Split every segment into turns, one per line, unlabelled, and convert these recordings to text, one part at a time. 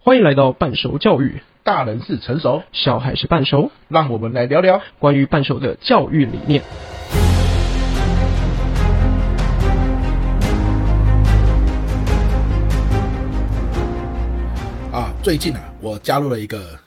欢迎来到半熟教育，
大人是成熟，
小孩是半熟，
让我们来聊聊。
关于半熟的教育理念。
啊，最近啊，我加入了一个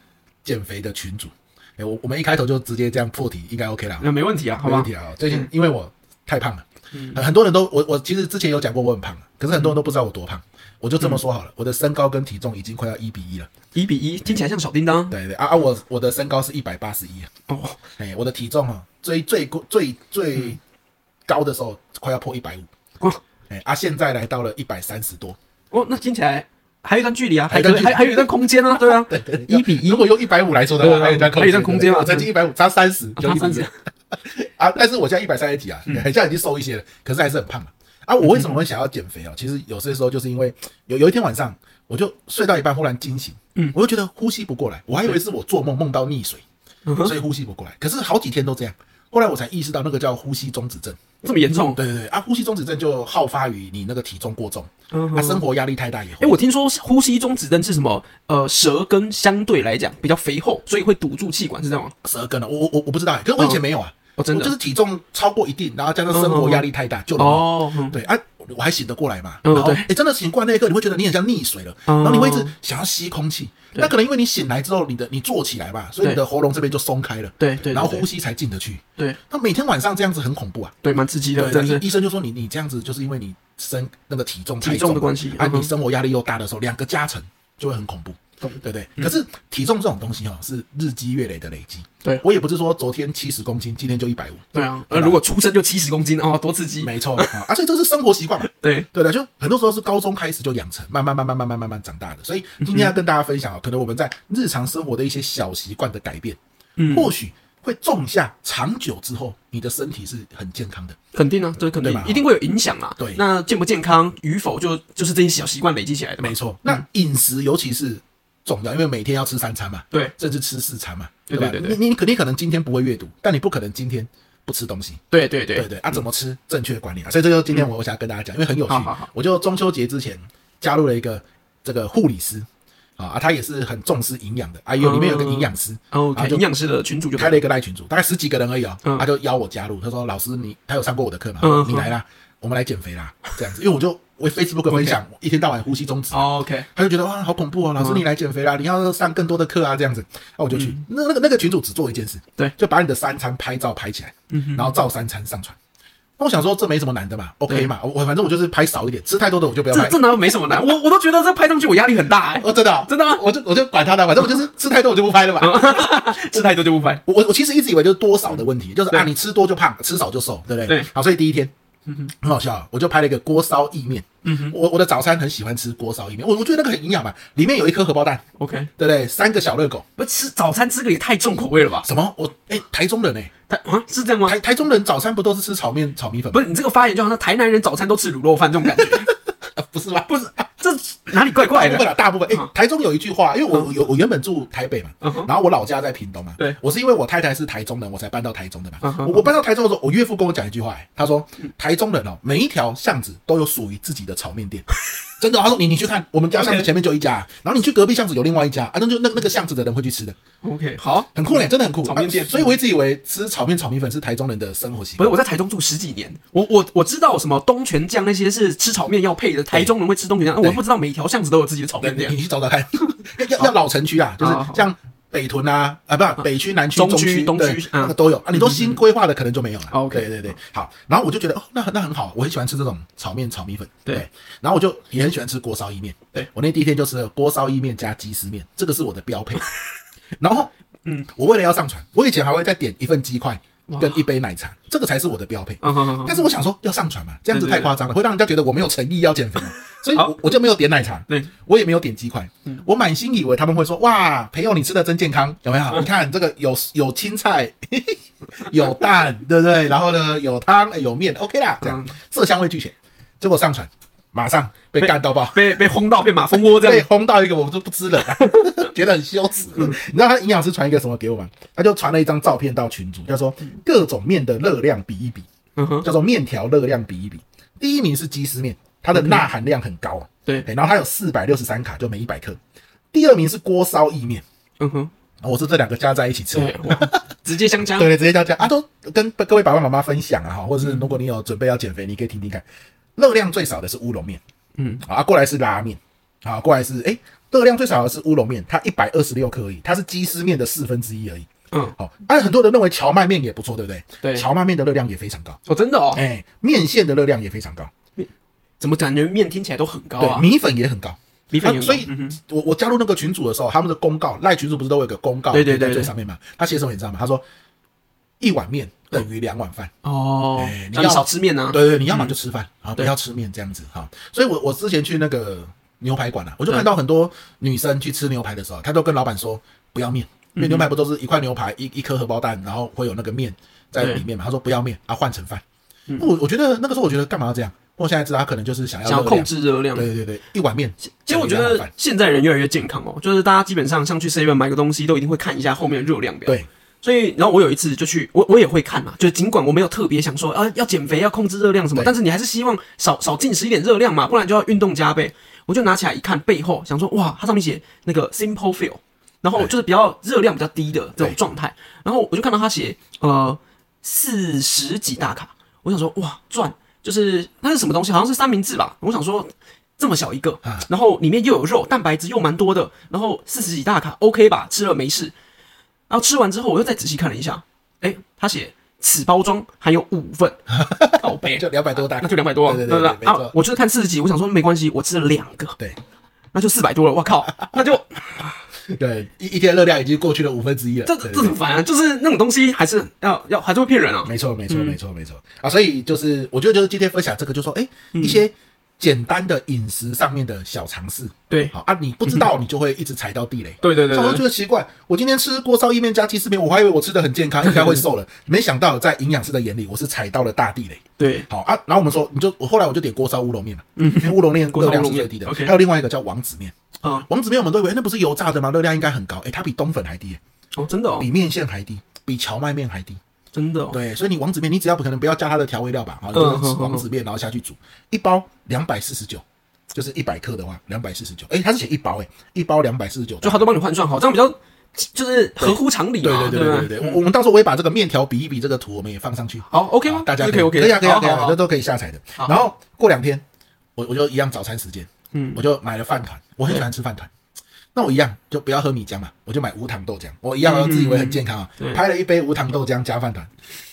减肥的群组。哎，我我们一开头就直接这样破题，应该 OK 啦，
那没问题啊，好
没问
吧？
题啊。最近因为我太胖了，
嗯
很很多人都我我其实之前有讲过我很胖，可是很多人都不知道我多胖。我就这么
嗯
说好了，我的身高跟体重已经快要一比一了。
一比一听起来像小叮当
对对啊啊，我我的身高是一百八十一，
哦，
哎，我的体重啊，最最过最
嗯
最高的时候快要破一百五，
哦
哎啊，现在来到了一百三十多。
哦，那听起来还有一段距离啊，还
有一段
可以
距离
还还有一段空 间啊，对啊，对
对
一比一
如果用一百五来说的
对
话，
啊
还有一段空
还有一段空间嘛
我曾经一百五，差三十，
差30
啊！但是我现在一百三十几啊，很像已经瘦一些了，可是还是很胖啊。啊，我为什么会想要减肥啊？其实有些时候就是因为有有一天晚上，我就睡到一半忽然惊醒，嗯，我就觉得呼吸不过来，我还以为是我做梦梦到溺水，所以呼吸不过来。可是好几天都这样，后来我才意识到那个叫呼吸中止症。
这么严重？
对对对，啊，呼吸中止症就好发于你那个体重过重，
嗯
啊，生活压力太大也
哎、
会。
我听说呼吸中止症是什么？呃，舌根相对来讲比较肥厚，所以会堵住气管，是这样吗？
舌根了，我我我我不知道欸，可是我以前没有啊，
哦真的嗯
我就是体重超过一定，然后加上生活压力太大，就能够
哦，嗯
对啊，我还醒得过来嘛，
嗯
然后
对
哎、诶真的醒过来那一刻，你会觉得你很像溺水了，
哦
然后你会一直想要吸空气，那可能因为你醒来之后，你的你坐起来吧，所以你的喉咙这边就松开了，
对对对
然后呼吸才进得去。
对
那每天晚上这样子很恐怖啊，
对，蛮刺激的，
对，
真
医
是。
医生就说你你这样子就是因为你身那个体重太
体重的关系
啊，
嗯哼
你生活压力又大的时候，两个加成就会很恐怖，对不对？可是体重这种东西哦，是日积月累的累积。
对
我也不是说昨天七十公斤，今天就一百五，
对啊，呃，如果出生就七十公斤哦，多刺激！
没错啊，而且这是生活习惯嘛。
对，
对的，就很多时候是高中开始就养成，慢慢慢慢慢慢慢慢长大的。所以今天要跟大家分享啊，可能我们在日常生活的一些小习惯的改变，
嗯
或许会种下长久之后，你的身体是很健康的。
肯定啊，这肯定
对吧
一定会有影响啊。
对
那健不健康与否就，就是这些小习惯累积起来的嘛
没。错，
嗯
那饮食尤其是重要，因为每天要吃三餐嘛，
对
甚至吃四餐嘛，
对
吧？
对对对
你你你肯定可能今天不会阅读，但你不可能今天不吃东西。
对对对
对对啊，怎么吃？正确管理啊，所以这就是今天我我想要跟大家讲，因为很有趣
好好好。
我就中秋节之前加入了一个这个护理师啊，啊他也是很重视营养的啊，有里面有个营养师，
哦
啊
，OK，
就
营养师的群主就
开了一个赖群组，大概十几个人而已哦，
嗯
他就邀我加入，他说老师你他有上过我的课嘛
嗯，
你来啦，我们来减肥啦，这样子，因为我就我 Facebook 分享一天到晚呼吸中止啊
哦 OK，
他就觉得哇，好恐
嗯
怖哦！老师，你来减肥啦，你要上更多的课啊，这样子。那我就去，那那个那个群主只做一件事，
嗯对嗯
就把你的三餐拍照拍起来，然后照三餐上传。那我想说，这没什么难的嘛，OK 嘛，我我反正我就是拍少一点，吃太多的我就不要
这
拍。
这哪有没什么难？我我都觉得这拍上去我压力很大哎、
哦，真的哦、
真的吗嗯
我就我就管他的，反正我就是吃太多我就不拍了嘛。
吃太多就不拍。
我我我其实一直以为就是多少的问题，就是
对
啊，你吃多就胖，吃少就瘦，对不对？
对嗯
好，所以第一天。很好笑啊，我就拍了一个锅烧意面。嗯我我的早餐很喜欢吃锅烧意面，我我觉得那个很营养嘛，里面有一颗荷包蛋，
OK，
对不对？三个小热狗，
不吃早餐吃个也太重口味了吧？
什么？我哎、台中人哎、
台啊是这样吗？
台台中人早餐不都是吃炒面、炒米粉吗？
不是你这个发言就好像台南人早餐都吃卤肉饭这种感觉，
呃不是吧？
不是这哪里怪怪
大部分
的？
啦，大部分。哎、台中有一句话，因为我我有我原本住台北嘛
嗯嗯哼，
然后我老家在屏东嘛，
对
我是因为我太太是台中人，我才搬到台中的嘛。
嗯哼嗯
我我搬到台中的时候，我岳父跟我讲一句话、哎他说台中人哦，每一条巷子都有属于自己的炒面店。 真的，他说你你去看，我们家巷子
OK
前面就一家，然后你去隔壁巷子有另外一家，啊，那就那那个巷子的人会去吃的，
OK，好，
很酷嘞，真的很酷。
嗯炒面店
啊所以我一直以为吃炒面、炒米粉是台中人的生活习
不
惯
是。我在台中住十几年，我我我知道什么东泉酱那些是吃炒面要配的，台中人会吃东泉酱，啊我不知道每一条巷子都有自己的炒
对，
面
你
店
你。去找找看，要要要老城区啊，就是
好好
像北屯啊，啊不，北区、南区、
中
中
区东
对
区嗯
那个都有啊。你都新规划的可能就没有了。
OK
对对对，好。然后我就觉得哦，那那很好，我很喜欢吃这种炒面、炒米粉。
对，
然后我就也很喜欢吃锅烧意面。
对
我那第一天就吃了锅烧意面加鸡丝面，这个是我的标配。然后，嗯，我为了要上传，我以前还会再点一份鸡块跟一杯奶茶，这个才是我的标配。
嗯哼哼哼
但是我想说要上传嘛，这样子
对对
太
对
夸张了，会让人家觉得我没有诚意要减肥嘛，所以我我就没有点奶茶，
对
我也没有点鸡块，我满心以为他们会说哇，朋友你吃的真健康，有没有？你看这个有有青菜， 有蛋，对不对？然后呢有汤哎有面，OK 啦，这样色香味俱全，结果上传马上被干到爆。
被被轰到变马蜂窝这
被
样。嗯
轰到一个我都不知了，啊 觉得很羞耻。你知道他营养师传一个什么给我吗？他就传了一张照片到群组，叫做各种面的热量比一比。
嗯哼，
叫做面条热量比一比，第一名是鸡丝面，它的钠含量很高啊，
嗯对
诶然后它有四百六十三卡，就每一百克。第二名是锅烧意面，
嗯哼，
啊我是这两个加在一起吃。
对，哇直接相加，
对对，直接这样讲啊，都跟各位爸爸妈妈分享啊哈，或者是如果你有准备要减肥，你可以听听看。热量最少的是乌龙面，
嗯，
啊，过来是拉面，啊，过来是哎，热量最少的是乌龙面，它一百二十六克而已，它是鸡丝面的四分之一而已。
嗯，
好、啊，很多人认为荞麦面也不错，对不对？
对
荞麦面的热量也非常高，
哦，真的哦，
哎，面线的热量也非常高，
怎么感觉面听起来都很高
对，
啊？
米粉也很高。
米粉也很
啊所
高
以
嗯哼，
我我加入那个群组的时候，他们的公告赖群组不是都有一个公告
对对对
在最
对
上面嘛？他写什么你知道吗？他说一碗面等于两碗饭。
哦
哎，你
那
要
你少吃面呢？
对对，你要么就吃饭，啊，不
嗯对
要吃面这样子哈。所以我我之前去那个牛排馆啊，我就看到
嗯
很多女生去吃牛排的时候，她都跟老板说不要面，
嗯
因为牛排不都是一块牛排一一颗荷包蛋，然后会有那个面在里面嘛？她说不要面啊，换成饭。那我我觉得那个时候我觉得干嘛要这样？我现在知道她可能就是想要
嗯想要
热
控
量，
制热量。
对对对，一碗面。
其实我觉
等于两碗
得
饭
现在人越来越健康哦，就是大家基本上像去 seven 买个东西，都一定会看一下后面的热量表。
对，
所以然后我有一次就去，我我也会看嘛，就尽管我没有特别想说啊要减肥要控制热量什么，
对
但是你还是希望少少进食一点热量嘛，不然就要运动加倍。我就拿起来一看，背后想说哇，它上面写那个 simple feel，然后就是比较热量比较低的这种
对
状态，然后我就看到它写呃四十几大卡，我想说哇赚，就是它是什么东西？好像是三明治吧，我想说。这么小一个
啊，
然后里面又有肉，蛋白质又蛮多的，然后四十几大卡，OK 吧？吃了没事。然后吃完之后，我又再仔细看了一下，哎，他写此包装含有五 份，靠背，
就两百多大
那，就两百多啊，
对对对
不
对没
啊
错，
我就是看四十几，我想说没关系，我吃了两个，
对
那就四百多了，我 靠，那就
对，一一天热量已经过去了五分之一了。
这
对
这
对
怎
对
么烦啊？就是那种东西还是要要还是会骗人啊。
没错，没错，没错，没错啊！所以就是，我觉得就是今天分享这个，就说，哎、
嗯
一些简单的饮食上面的小尝试，
对
好啊，你不知 道，你就会一直踩到地雷。
对对对
所以我
对
就觉得奇怪，我今天吃锅烧意面加鸡丝面，我还以为我吃的很 健康，应该会瘦了，没想到在营养师的眼里，我是踩到了大地雷。
对，
好啊，然后我们说，你就我后来我就点锅烧乌龙面嘛，嗯，因为乌龙面
锅烧
热量
乌
是
龙面
最低的，
OK
还有另外一个叫王子面，
啊，
王子面我们都以为诶那不是油炸的吗？热量应该很高，诶，它比冬粉还低耶，
哦，真的哦，
比面线还低，比荞麦面还低。
真的哦，
对，所以你王子面，你只要不可能不要加它的调味料吧，啊，
嗯
就是吃
嗯嗯
王子面，然后下去煮，一包两百四十九，就是一百克的话，两百四十九，哎，它是写一包，哎，一包两百四十九，
就他都帮你换算好，这样比较就是合乎常理
对
嘛，
对对对
不
对对，我我们到时候我也把这个面条比一比，这个图我们也放上去，
好，OK
啊
吗？
大家
可以，OK，
可以啊，可以啊，可以啊
好，
这
好
都可以下载的。
好
然后过两天，我我就一样早餐时间，
嗯
我就买了饭团，我很喜欢吃饭团。那我一样就不要喝米浆嘛，我就买无糖豆浆，我一样啊自以为很健康啊，
嗯对
拍了一杯无糖豆浆加饭团，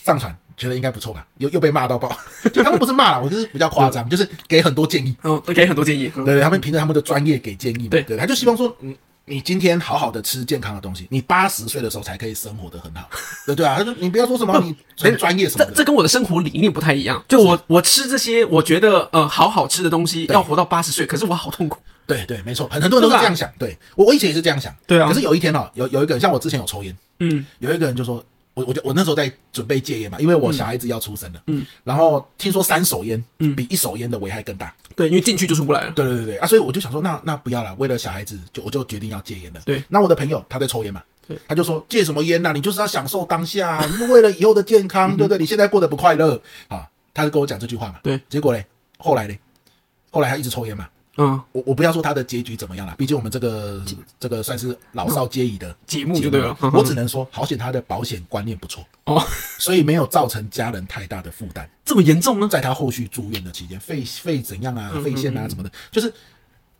上传觉得应该不错吧，又又被骂到爆， 就他们不是骂了，我就是比较夸张，就是给很多建议，
好，哦，对给很多建议，嗯
对，他们凭着他们的专业给建议嘛，
对
对，他就希望说，嗯，你今天好好的吃健康的东西，你八十岁的时候才可以生活的很好， 对对啊，他说你不要说什么你很专业什么
这
的，
这跟我的生活理念不太一样。就我我吃这些，我觉得呃好好吃的东西，要活到八十岁，可是我好痛苦。
对对，没错，很很多人都
对
是
吧
这样想。对我，我以前也是这样想。
对啊
可是有一天哦，有有一个人，像我之前有抽烟，
嗯，
有一个人就说，我我就我那时候在准备戒烟嘛，因为我小孩子要出生了。嗯。然后听说三手烟，嗯，比一手烟的危害更大。
对，因为进去就出不来了。
对对对对啊，所以我就想说，那那不要了，为了小孩子，就我就决定要戒烟了。
对
那我的朋友他在抽烟嘛
对，
他就说戒什么烟呐、你就是要享受当下啊，你是为了以后的健
嗯
康，对不对？你现在过得不快乐啊，他就跟我讲这句话嘛。
对
结果嘞，后来嘞，后来他一直抽烟嘛，
嗯，
我我不要说他的结局怎么样了，毕竟我们这个这个算是老少皆宜的
节目就对了
节
嗯
目我只能说，好险他的保险观念不错，
哦，
所以没有造成家人太大的负担。
这么严重呢？
在他后续住院的期间，肺肺怎样啊，
嗯
肺腺啊什么的，就是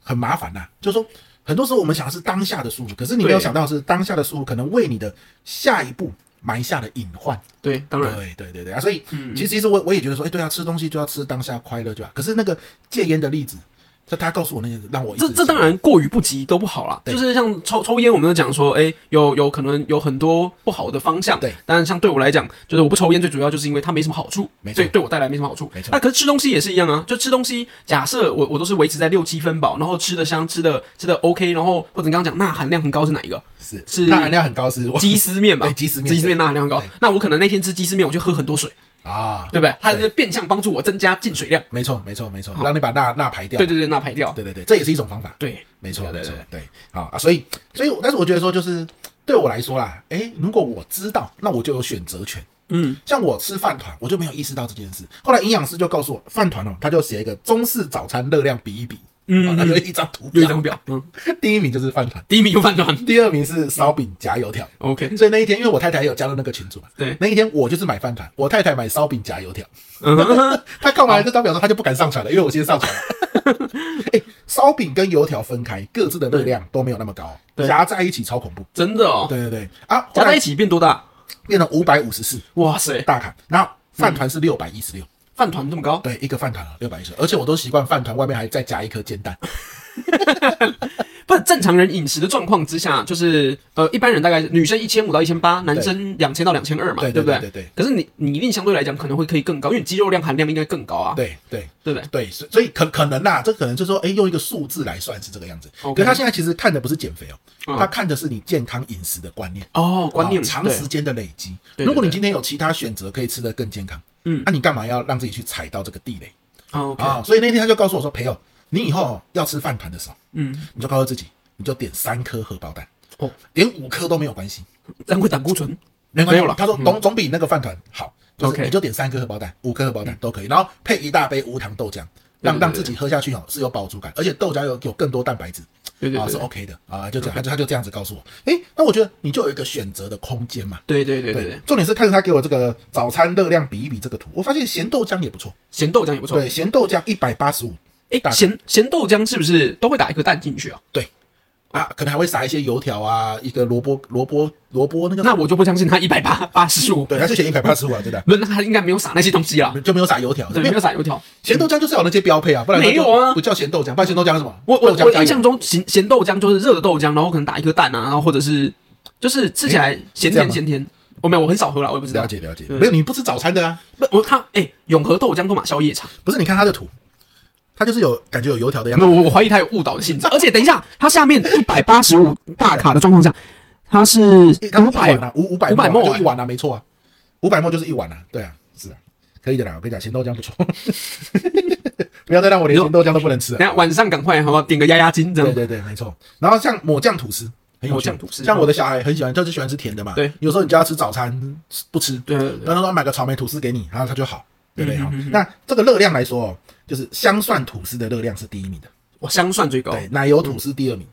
很麻烦呐、就是说，很多时候我们想的是当下的舒服，可是你没有
对
想到是当下的舒服可能为你的下一步埋下了隐患。
对，嗯当然，
对对对对啊！所以其实其实我我也觉得说，哎、对啊，吃东西就要吃当下快乐就好。可是那个戒烟的例子，这他告诉我那些让我一
这
直
这当然过于不及都不好啦。就是像抽抽烟，我们都讲说，哎，有有可能有很多不好的方向。
对，
但像对我来讲，就是我不抽烟，最主要就是因为它没什么好处，
没错
所以对我带来没什么好处。
没错
那可是吃东西也是一样啊，就吃东西，假设我我都是维持在六七分饱，然后吃的香，吃的吃的 OK，然后或者你刚刚讲钠含量很高是哪一个？
是
是
钠含量很高是我
鸡丝面吧，
哦对鸡丝面
鸡丝面钠含量高
对。
那我可能那天吃鸡丝面，我就喝很多水，
啊，
对不对？它是变相帮助我增加进水量，
没错没错没错，让你把钠钠排掉。
对对对，钠排掉。
对对对，这也是一种方法。
对，
没错
对
没
对
错
对
对，好啊，所以所以我，但是我觉得说就是对我来说啦，诶，如果我知道，那我就有选择权。
嗯，
像我吃饭团，我就没有意识到这件事。后来营养师就告诉我，饭团哦，他就写一个中式早餐热量比一比，嗯，那就一张图
有一
表，
张表，嗯，
第一名就是饭团，
第一名有饭团
第二名是烧饼夹油条。
，OK，
所以那一天，因为我太太也有加入那个群组嘛，
对
那一天我就是买饭团，我太太买烧饼夹油条，
嗯 哼，
她看完这张表之后，她就不敢上传了，因为我先上 传了。哎、烧饼跟油条分开，各自的热量都没有那么高，
对
夹在一起超恐怖。
真的哦，
对对对，啊，后
加在
来
一起变多大？
变成五百五十四
哇塞，
大卡，然后饭团是六百一十六，
饭团这么高，
对，一个饭团啊，六百一十，而且我都习惯饭团外面还再夹一颗煎蛋，
不正常人饮食的状况之下，就是呃，一般人大概女生一千五到一千八，男生两千到两千二嘛，
对
对不
对
对
对对
可是你你一定相对来讲可能会可以更高，因为你肌肉量含量应该更高啊，
对对。
对不对？
对，所所以可可能啦，这可能就是说，哎，用一个数字来算是这个样子。
OK
可他现在其实看的不是减肥
嗯
哦，他看的是你健康饮食的观念，
哦，观念
啊长
对
时间的累积。
对对
如果你
对
今天有其他选择可以吃得更健康，
嗯
那你干嘛要让自己去踩到这个地雷
哦，OK，
啊？所以那天他就告诉我说，朋友，你以后要吃饭团的时候，
嗯，
你就告诉自己，你就点三颗荷包蛋，
哦，
点五颗都没有关系，
但会胆固醇，
没关系
没有啦嗯
他说总总比那个饭团好，就是
OK 嗯
你就点三颗荷包蛋、五颗荷包蛋都可以，然后配一大杯无糖豆浆，让
对对
让自己喝下去哦是有饱足感，而且豆浆有有更多蛋白质。
对对
啊，是
对
OK 的啊，就这样，他就他就这样子告诉我，诶，那我觉得你就有一个选择的空间嘛。
对对对对对，
重点是看着他给我这个早餐热量比一比这个图，我发现咸豆浆也不错，
咸豆浆也不错，
对，咸豆浆一百八十五，
哎，
大
咸咸豆浆是不是都会打一颗蛋进去啊？
对，啊，可能还会撒一些油条啊，一个萝卜萝卜萝卜那个，
那我就不相信他一百八八十五，
对，他是写一百八十五 啊，真的。
那他应该没有撒那些东西啊，
就没有撒油条，
对，没有撒油条。
咸豆浆就是要有那些标配啊，不然它就
没有啊
不叫咸豆浆，不然咸豆浆是什么？
我我
豆浆
我
加
印象
盐
中咸咸豆浆就是热的豆浆，然后可能打一颗蛋啊，然后或者是就是吃起来咸
这
甜
样吗
咸甜。我没有，我很少喝了，我也不知道
了。解了解，
啊对
没有你不吃早餐的啊？
不，我他哎，永和豆浆都买宵夜茶。
不是，你看它的图，它就是有感觉有油条的样
那
子。
我我怀疑他有误导的性质。而且等一下，它下面一百八十五大卡的状况下，它是
它
五
一碗
百
啊，五五百
500沫
沫啊
啊
就一碗啊，没错啊，五百沫就是一碗啊，对啊，是啊，可以的啦。我跟你讲，咸豆浆不错， 不要再让我连咸豆浆都不能吃
等
啊。
一下晚上赶快好不好？点个压压惊这
对
样。
对对，没错。然后像抹酱吐司，很有趣
啊抹酱吐司
像我的小孩很喜欢，就是喜欢吃甜的嘛。
对，
有时候你叫他吃早餐不吃，
对对对，
然后他说买个草莓吐司给你，然后他就好，对不对？
嗯
好，那这个热量来说哦，就是香蒜吐司的热量是第一名的，
我香蒜最高。
对，奶油吐司第二名。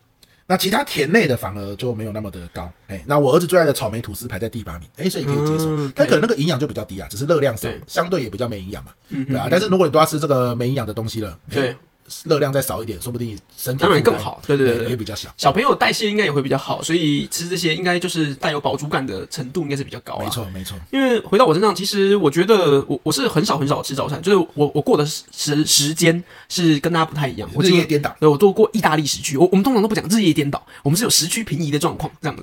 那其他甜类的反而就没有那么的高，哎、那我儿子最爱的草莓吐司排在第八名，哎、所以可以接受，
嗯
但可能那个营养就比较低啊，只是热量少
对，嗯
相对也比较没营养嘛，对啊。但是如果你都要吃这个没营养的东西了，哎
对，
热量再少一点，说不定身体
当然
负担
更好对对对对
也比较小。
小朋友代谢应该也会比较好，所以吃这些应该就是带有饱足感的程度应该是比较高
没
啊。
错，没错，
因为回到我身上，其实我觉得我我是很少很少吃早餐，就是我我过的时时时间是跟大家不太一样。我
日
这
夜
个
颠倒。
对我都过意大利时区，我我们通常都不讲日夜颠倒，我们是有时区平移的状况这样的。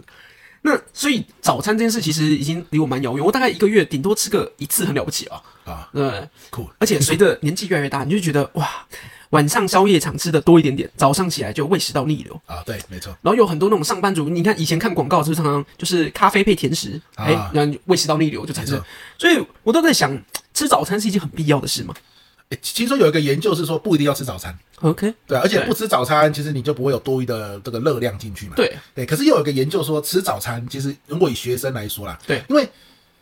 那所以早餐这件事其实已经离我蛮遥远，我大概一个月顶多吃个一次，很了不起啊。
啊，
对，
酷
而且随着年纪越来越大，你就觉得哇，晚上宵夜常吃的多一点点，早上起来就胃食道逆流。
啊，对，没错，
然后有很多那种上班族，你看以前看广告是不是常常就是咖啡配甜食，
啊
哎、然后胃食道逆流就产生
没。
所以我都在想，吃早餐是一件很必要的事嘛。
诶哎其中有一个研究是说不一定要吃早餐，
OK，
对啊，而且
对
不吃早餐，其实你就不会有多余的这个热量进去嘛。
对
对，可是又有一个研究说，吃早餐其实如果以学生来说啦，
对
因为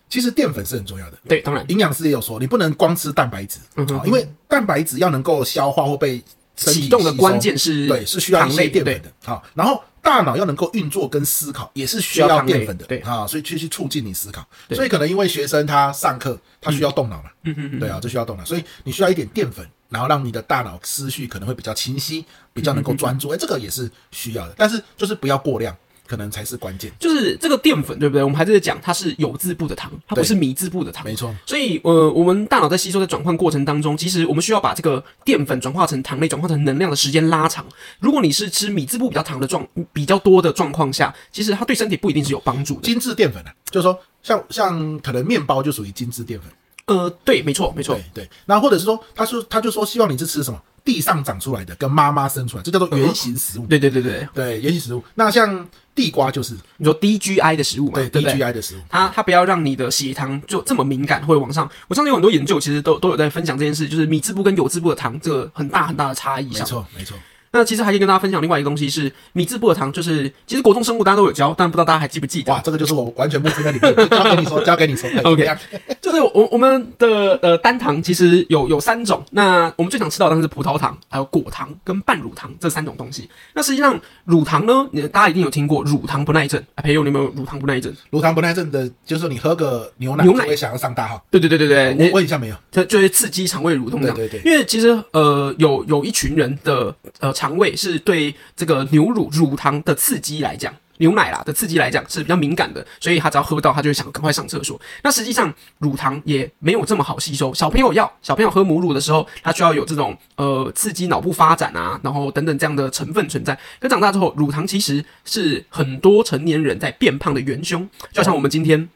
其实淀粉是很重要的。
对，当然，
营养师也有说，你不能光吃蛋白质，啊因为蛋白质要能够消化或被身体
嗯启动的
吸收
关键是
对，是需要一
糖
些
类
淀
对
粉的。好，然后大脑要能够运作跟思考，也是需要淀粉的。
需要糖类对
啊，所以去去促进你思考。所以可能因为学生他上课，他需要动脑嘛，嗯嗯，对啊，这需要动脑，所以你需要一点淀粉。然后让你的大脑思绪可能会比较清晰，比较能够专
嗯
注，哎，这个也是需要的。但是就是不要过量，可能才是关键。
就是这个淀粉，对不对？我们还是在讲它是有字部的糖，它不
对
是米字部的糖。
没错，
所以，呃，我们大脑在吸收、在转换过程当中，其实我们需要把这个淀粉转化成糖类、转化成能量的时间拉长。如果你是吃米字部比较糖的状比较多的状况下，其实它对身体不一定是有帮助的。
精致淀粉啊，就是说像像可能面包就属于精致淀粉，
呃，对，没错，没错
对，对。那或者是说，他说他就说希望你是吃什么地上长出来的，跟妈妈生出来，这叫做原型食物。
对对对对，
对，原型食物。那像地瓜就是
你说低 GI 的食物嘛，
对
对不对
DGI 的食物，
它它不要让你的血糖就这么敏感会往上。我上次有很多研
嗯
究，其实都都有在分享这件事，就是米字部跟有字部的糖这个很大很大的差异
没
上。
错没错。
那其实还可以跟大家分享另外一个东西是米字薄荷糖，就是其实国中生物大家都有教，但不知道大家还记不记得？
哇，这个就是我完全不知道 里面，交给你说，交给你说。哎
OK
怎么样
就是我我们的呃单糖其实有有三种，那我们最常吃到的当然是葡萄糖，还有果糖跟半乳糖这三种东西。那实际上乳糖呢，你大家一定有听过乳糖不耐症，啊，朋友你有没有乳糖不耐症？
乳糖不耐症的，就是说你喝个牛奶
牛
就
奶哎
会想要上大号。
对对对对对，你
我问一下没有？
它就会刺激肠胃蠕动这样。
对对
因为其实呃，有有一群人的呃肠胃是对这个牛乳乳糖的刺激来讲。牛奶啦的刺激来讲是比较敏感的，所以他只要喝到，他就会想赶快上厕所。那实际上乳糖也没有这么好吸收。小朋友要小朋友喝母乳的时候，他需要有这种呃刺激脑部发展啊，然后等等这样的成分存在。可长大之后，乳糖其实是很多成年人在变胖的元凶。就像我们今天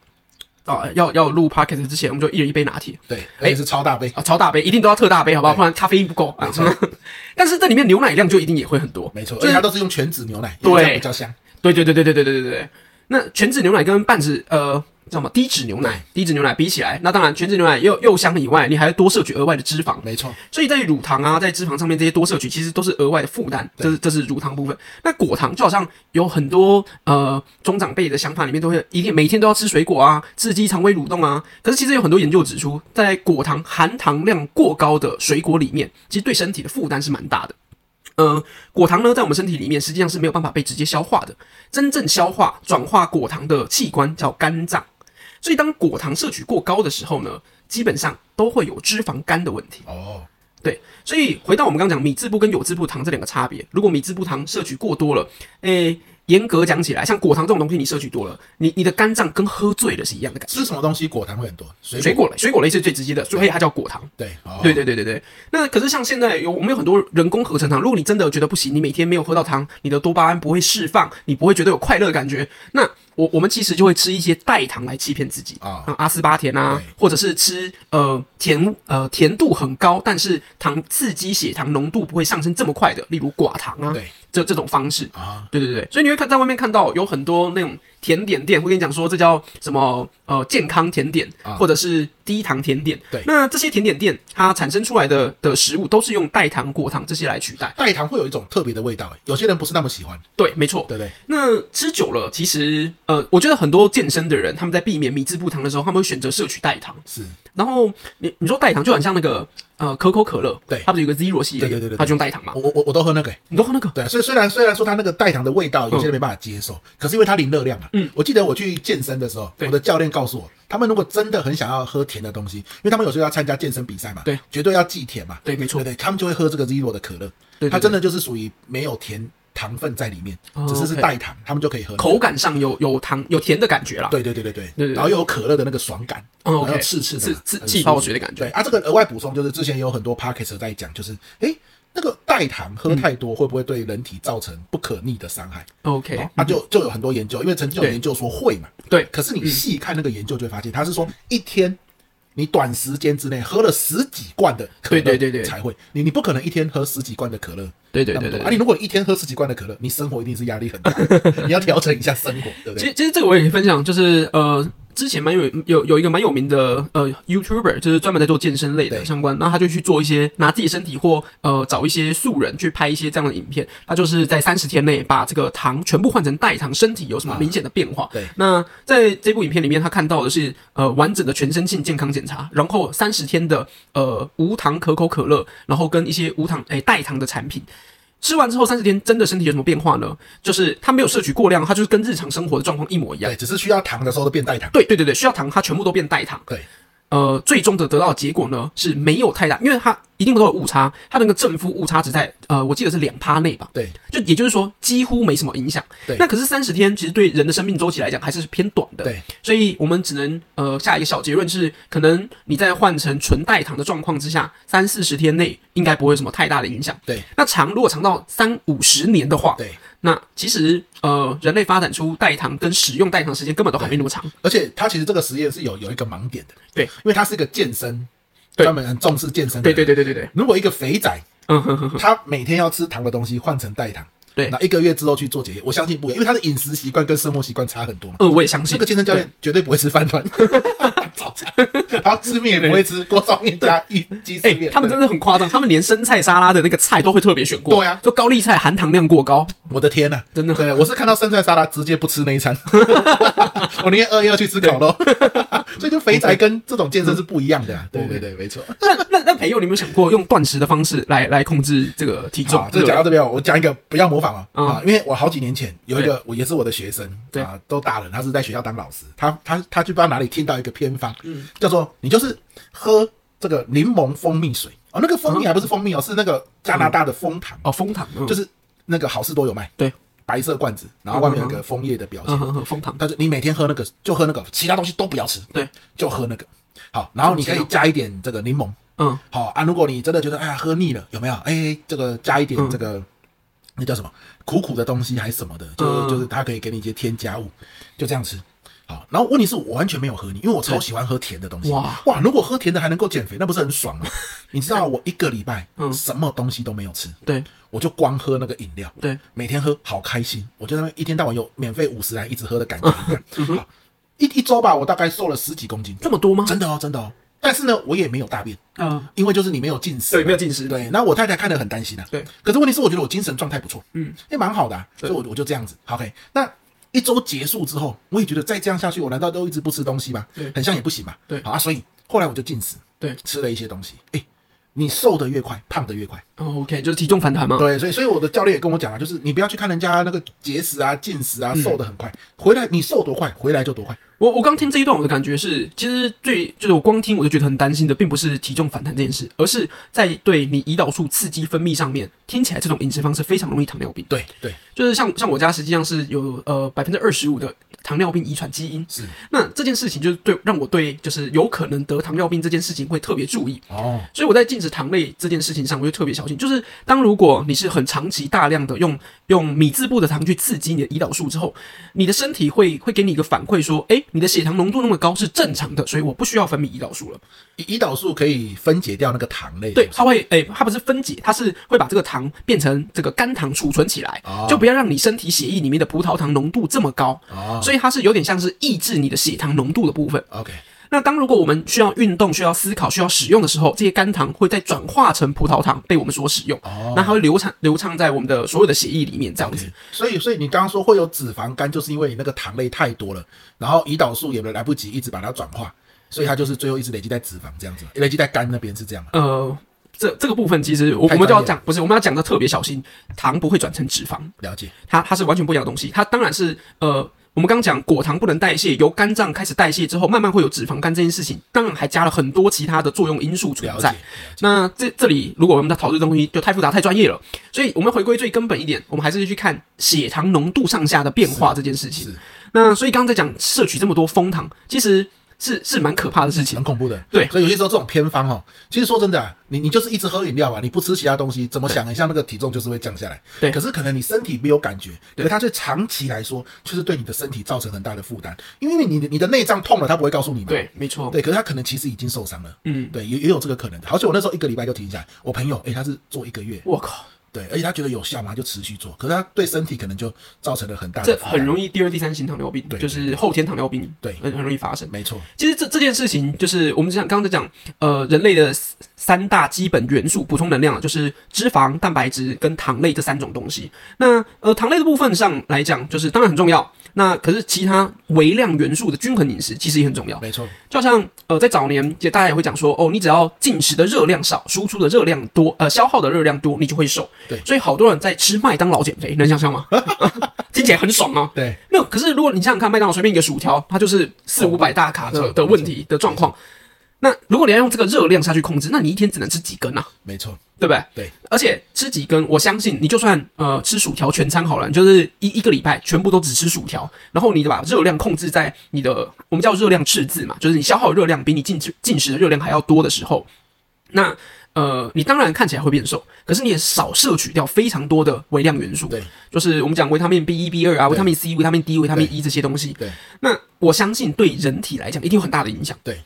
啊、要要录 p o c k e t 之前，我们就一人一杯拿铁。
对，而且是超大杯，
啊，超大杯一定都要特大杯，好不好？
对
不然咖啡因不够啊
没。错
但是这里面牛奶量就一定也会很多。
没错，而
就是
且它都是用全脂牛奶，
对
因为这样比较香。
对对对对对对对对对对。那全脂牛奶跟半脂呃，知道吗？低脂牛奶，低脂牛奶比起来，那当然全脂牛奶又又香以外，你还要多摄取额外的脂肪。
没错，
所以在乳糖啊，在脂肪上面这些多摄取，其实都是额外的负担。这是这是乳糖部分。那果糖就好像有很多呃中长辈的想法里面都会一定每天都要吃水果啊，刺激肠胃蠕动啊。可是其实有很多研究指出，在果糖含糖量过高的水果里面，其实对身体的负担是蛮大的。呃，果糖呢，在我们身体里面实际上是没有办法被直接消化的。真正消化转化果糖的器官叫肝脏，所以当果糖摄取过高的时候呢，基本上都会有脂肪肝的问题。
哦，
对，所以回到我们刚刚讲米字部跟有字部糖这两个差别，如果米字部糖摄取过多了，诶、严格讲起来，像果糖这种东西，你摄取多了，你你的肝脏跟喝醉了是一样的感觉。
吃什么东西果糖会很多？水
水果类，水果类是最直接的，所以它叫果糖。
对，哦
对，对对对对。那可是像现在有我们有很多人工合成糖，如果你真的觉得不行，你每天没有喝到糖，你的多巴胺不会释放，你不会觉得有快乐的感觉。那我我们其实就会吃一些代糖来欺骗自己
啊
像阿斯巴甜啊
对，
或者是吃呃甜呃甜度很高，但是糖刺激血糖浓度不会上升这么快的，例如寡糖啊，
对
这这种方式。
啊，
对对对，所以你会看在外面看到有很多那种甜点店会跟你讲说这叫什么呃健康甜点，
啊
或者是低糖甜点。
对
那这些甜点店它产生出来的的食物都是用代糖、果糖这些来取代。
代糖会有一种特别的味道，哎有些人不是那么喜欢，
对，没错。
对不对？
那吃久了，其实呃，我觉得很多健身的人他们在避免米字部糖的时候，他们会选择摄取代糖。
是，
然后你你说代糖就很像那个呃可口可乐，
对
它不是有个 zero 系列，
对对对对对
它就用代糖嘛
我。我我我都喝那个，哎
你都喝那个
对，所以虽然虽然说它那个代糖的味道有些人没办法接受，可是因为它零热量啊。嗯，我记得我去健身的时候，
对
我的教练告诉我，他们如果真的很想要喝甜的东西，因为他们有时候要参加健身比赛嘛，
对，
绝对要忌甜嘛，
对没错
对，他们就会喝这个 Zero 的可乐，
对对
它真的就是属于没有甜糖分在里面
哦，
只是是
OK
代糖，他们就可以喝。
口感上有有糖有甜的感觉啦。
对对对对对
对对
然后又有可乐的那个爽感，
哦
然
，OK
后刺刺的嘛
刺刺
很舒服
气泡水的感觉
对啊，这个额外补充就是之前有很多 p o c k e t 在讲，就是诶，那个代糖喝太多会不会对人体造成不可逆的伤害？
，OK，
啊，就就有很多研究，因为曾经有
对
研究说会嘛，
嗯对嗯
可是你细看那个研究就会发现，他是说一天你短时间之内喝了十几罐的可乐，
对对对对
才会，你你不可能一天喝十几罐的可乐。
对对
那么
对对
多
对
啊！你如果一天喝十几罐的可乐，你生活一定是压力 很大，你要调整一下生活，对不
其
对？
实其实这个我也可以分享，就是呃，之前蛮有有有一个蛮有名的呃 YouTuber，就是专门在做健身类的
对
相关，然后他就去做一些拿自己身体或呃找一些素人去拍一些这样的影片，他就是在三十天内把这个糖全部换成代糖，身体有什么明显的变化。
对
那在这部影片里面，他看到的是呃完整的全身性健康检查，然后三十天的呃无糖可口可乐，然后跟一些无糖诶、代糖的产品。吃完之后三十天，真的身体有什么变化呢？就是他没有摄取过量，他就是跟日常生活的状况一模一样。
对，只是需要糖的时候都变代糖，
对对对对，需要糖，它全部都变代糖。
对，
呃，最终的得到的结果呢是没有太大，因为它一定都有误差，它那个正负误差值在呃，我记得是两趴内吧。
对，
就也就是说几乎没什么影响。
对
那可是三十天，其实对人的生命周期来讲还是偏短的。
对，
所以我们只能呃下一个小结论是，可能你在换成纯代糖的状况之下，三四十天内应该不会有什么太大的影响。
对，
那长如果长到三五十年的话，
对，
那其实呃人类发展出代糖跟使用代糖时间根本都还没那么长。
而且它其实这个实验是有有一个盲点的，
对
因为它是一个健身，
对
专门很重视健身的
对对
人。
对对对对，
如果一个肥仔，
嗯哼哼哼，
他每天要吃糖的东西换成代糖，
对
那一个月之后去做检验，我相
嗯
信不会，因为他的饮食习惯跟生活习惯差很多嘛。
呃我也相信
这个健身教练绝对不会吃饭团， 早餐，然后吃面也不会吃，锅烧面加一鸡
哎、
丝面。
他们真的很夸张，他们连生菜沙拉的那个菜都会特别选过。
对啊
就高丽菜含糖量过高，
我的天呐、啊
真的
对我是看到生菜沙拉直接不吃那 一餐，我宁愿饿要去吃烤肉，所以就肥宅跟这种健身是不一样的、啊。对对对，没错。
那那那培佑，你有没有想过用断食的方式来来控制这个体重
好，？这
对
讲
不
到这边哦，我讲一个不要模仿哦、
嗯
啊，因为我好几年前有一个，我也是我的学生，
对
啊，都大人，他是在学校当老师，他他他去不知道哪里听到一个偏方，
嗯
叫做你就是喝这个柠檬蜂蜜水哦，那个蜂蜜还不是蜂蜜哦，是那个加拿大的蜂糖，
对哦，蜂糖、嗯、
就是是那个好事多有卖，
对，
白色罐子，然后外面有一个枫叶的表情
嗯，哼哼，蜂糖，
但是你每天喝那个就喝那个，其他东西都不要吃，
对，
就喝那个。好，然后你可以加一点这个柠檬，
嗯，
好啊。如果你真的觉得哎呀喝腻了，有没有？哎，这个加一点
嗯
这个、那叫什么苦苦的东西还是什么的，就、
嗯
就是它可以给你一些添加物，就这样吃。好，然后问题是我完全没有喝你，因为我超喜欢喝甜的东西。
哇
哇，如果喝甜的还能够减肥，那不是很爽吗？你知道我一个礼拜
嗯
什么东西都没有吃，
对
我就光喝那个饮料，
对，
每天喝好开心，我就在那边一天到晚有免费五十来一直喝的感觉一 样。
嗯
好一一周吧，我大概瘦了十几公斤，
这么多吗？
真的哦，真的哦。但是呢，我也没有大便，
嗯，
因为就是你没有进食，
对，没有进食，
对，那我太太看得很担心啊。
对，
可是问题是，我觉得我精神状态不错，
嗯，
也蛮好的、啊，所以我我就这样子。OK，那一周结束之后，我也觉得再这样下去，我难道都一直不吃东西吗？
对
很像也不行嘛。
对
好啊，所以后来我就进食，
对
吃了一些东西。哎，你瘦的越快，胖的越快。
哦，OK，就是体重反弹嘛。
对，所以所以我的教练也跟我讲啊，就是你不要去看人家那个节食啊、进食
嗯
啊，瘦的很快，回来你瘦多快，回来就多快。
我我刚听这一段，我的感觉是，其实最就是我光听我就觉得很担心的，并不是体重反弹这件事，而是在对你胰岛素刺激分泌上面，听起来这种饮食方式非常容易糖尿病。
对对，
就是像像我家实际上是有呃百分之二十五的糖尿病遗传基因，
是
那这件事情就是对让我对就是有可能得糖尿病这件事情会特别注意，
哦，
所以我在禁止糖类这件事情上，我就特别小心。就是当如果你是很长期大量的用用米字部的糖去刺激你的胰岛素之后，你的身体会会给你一个反馈说，诶，你的血糖浓度那么高是正常的，所以我不需要分泌胰岛素了。
胰胰岛素可以分解掉那个糖类，
对，它会诶，它不是分解，它是会把这个糖变成这个肝糖储存起来，就不要让你身体血液里面的葡萄糖浓度这么高。
哦
所以它是有点像是抑制你的血糖浓度的部分。
，OK，
那当如果我们需要运动、需要思考、需要使用的时候，这些肝糖会再转化成葡萄糖被我们所使用，
哦
那它会流畅流畅在我们的所有的血液里面，这样子。
所以所以你刚刚说会有脂肪肝，就是因为你那个糖类太多了，然后胰岛素也来不及一直把它转化，所以它就是最后一直累积在脂肪这样子，累积在肝那边是这样吗？
呃，这这个部分其实我
嗯太
我们就要
专业
讲，不是我们要讲的特别小心，糖不会转成脂肪，
了解，
它它是完全不一样的东西。它当然是呃，我们刚刚讲果糖不能代谢，由肝脏开始代谢之后，慢慢会有脂肪肝这件事情，当然还加了很多其他的作用因素存
了解
在。，那这这里，如果我们在讨论这东西就太复杂、太专业了，所以我们回归最根本一点，我们还是去看血糖浓度上下的变化这件事情
是。
那所以刚刚在讲摄取这么多蜂糖，其实是是蛮可怕的事情
很。恐怖的。
对
所以有些时候这种偏方哦，其实说真的、啊，你你就是一直喝饮料啊，你不吃其他东西，怎么想一下那个体重就是会降下来。
对
可是可能你身体没有感觉，可是它对长期来说就是对你的身体造成很大的负担，因为你你的内脏痛了，它不会告诉你嘛。
对，没错。
对，可是他可能其实已经受伤了。
嗯，
对，也也有这个可能。好像我那时候一个礼拜就停下来，我朋友诶、他是做一个月，
我靠，
对，而且他觉得有效嘛，他就持续做，可是他对身体可能就造成了很大的
这
负担
很容易第二、第三型糖尿病，
对
就是后天糖尿病，
对
很很容易发生。
没错，
其实这这件事情就是我们讲刚刚在讲，呃，人类的三三大基本元素补充能量，啊就是脂肪、蛋白质跟糖类这三种东西。那呃，糖类的部分上来讲，就是当然很重要。那可是其他微量元素的均衡饮食其实也很重要。
没错，
就好像呃，在早年，就大家也会讲说，哦，你只要进食的热量少，输出的热量多，呃，消耗的热量多，你就会瘦。
对
所以好多人在吃麦当劳减肥，能想象 吗？听起来很爽啊。
对，
没有，可是如果你想想看，麦当劳随便一个薯条，它就是四五百大卡
没
的
错
的问题的状况。那如果你要用这个热量下去控制，那你一天只能吃几根啊，
没错，
对不对？
对。
而且吃几根，我相信你就算呃吃薯条全餐好了，你就是一一个礼拜全部都只吃薯条，然后你把热量控制在你的我们叫热量赤字嘛，就是你消耗的热量比你进食进食的热量还要多的时候，那呃你当然看起来会变瘦，可是你也少摄取掉非常多的微量元素。
对，
就是我们讲维他命 B 一、B 二啊，维他命 C、维他命 D、维他命 E 这些东西。
对，
那我相信对人体来讲一定有很大的影响。
对，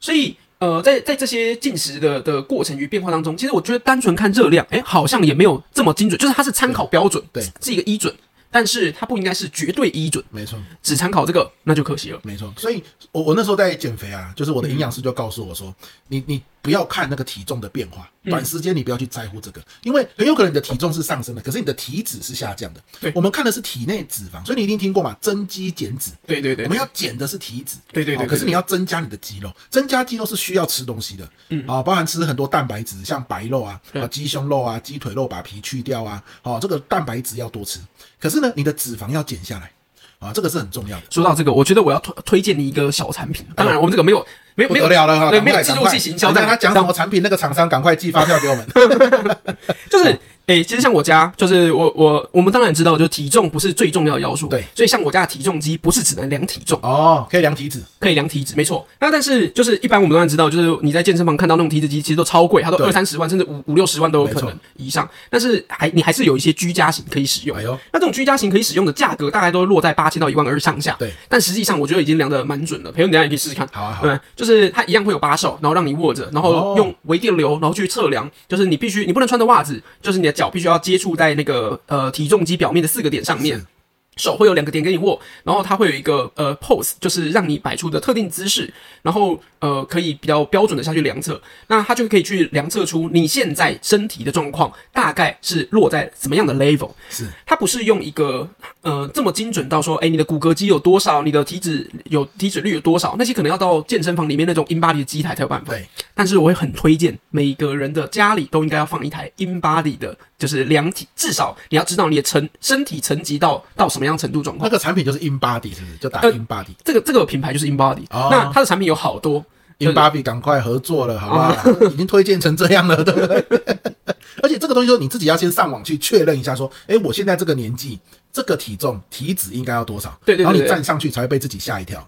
所以呃，在在这些进食的的过程与变化当中，其实我觉得单纯看热量，哎，好像也没有这么精准，就是它是参考标准，
对对
是一个依准。但是它不应该是绝对依准，
没错，
只参考这个那就可惜了。
没错。所以我我那时候在减肥啊，就是我的营养师就告诉我说，你你不要看那个体重的变化，
嗯
短时间你不要去在乎这个，因为很有可能你的体重是上升的，可是你的体脂是下降的。
对
我们看的是体内脂肪，所以你一定听过嘛，增肌减脂。
对对对
我们要减的是体脂，哦
对对对
好可是你要增加你的肌肉，增加肌肉是需要吃东西的，嗯，啊，包含吃很多蛋白质，像白肉啊、啊鸡胸肉啊、鸡腿肉，把皮去掉啊，好，这个蛋白质要多吃。可是呢，你的脂肪要减下来，啊，这个是很重要的。
说到这个，我觉得我要推推荐你一个小产品。当然，我们这个没有没有
哎不
没有
得了了哈，
对，
赶
没
快
有植入性行销，
赶
但
快他讲什么产品，那个厂商赶快寄发票给我 们。
就是诶、其实像我家，就是我我我们当然知道，就体重不是最重要的要素，
对，
所以像我家的体重机不是只能量体重，
哦，可以量体脂，
可以量体脂，没错。那但是就是一般我们当然知道，就是你在健身房看到那种体脂机，其实都超贵，它都
对
二三十万，甚至五五六十万都有可
没
能
错
以上。但是还你还是有一些居家型可以使用。
哎呦
那这种居家型可以使用的价格大概都落在八千到一万二上下。
对，
但实际上我觉得已经量的蛮准了。培友，你等一下也可以试试看。
好啊好啊
对，就是它一样会有把手，然后让你握着，然后
哦
用微电流，然后去测量，就是你必须你不能穿着袜子，就是你的脚必须要接触在那个呃体重机表面的四个点上面
是。
手会有两个点给你握，然后它会有一个呃 pose，就是让你摆出的特定姿势，然后呃可以比较标准的下去量测，那它就可以去量测出你现在身体的状况大概是落在怎么样的 level。
是
它不是用一个呃这么精准到说，哎，你的骨骼肌有多少，你的体脂有体脂率有多少，那些可能要到健身房里面那种 InBody 的机台才有办法。
对，
但是我会很推荐每个人的家里都应该要放一台 InBody 的，就是量体，至少你要知道你的成身体层级到到什么样程度状况
那。个产品就是 InBody，是不是？就打
呃
InBody，InBody
这个这个品牌就是 InBody，、
哦
那它的产品有好多，
赶快合作了，好不
哦
好？ 已经推荐成这样了，对不对？ 而且这个东西说你自己要先上网去确认一下，说，哎，我现在这个年纪。这个体重体脂应该要多少？
对对对
然后你
对哎
站上去才会被自己吓一 跳，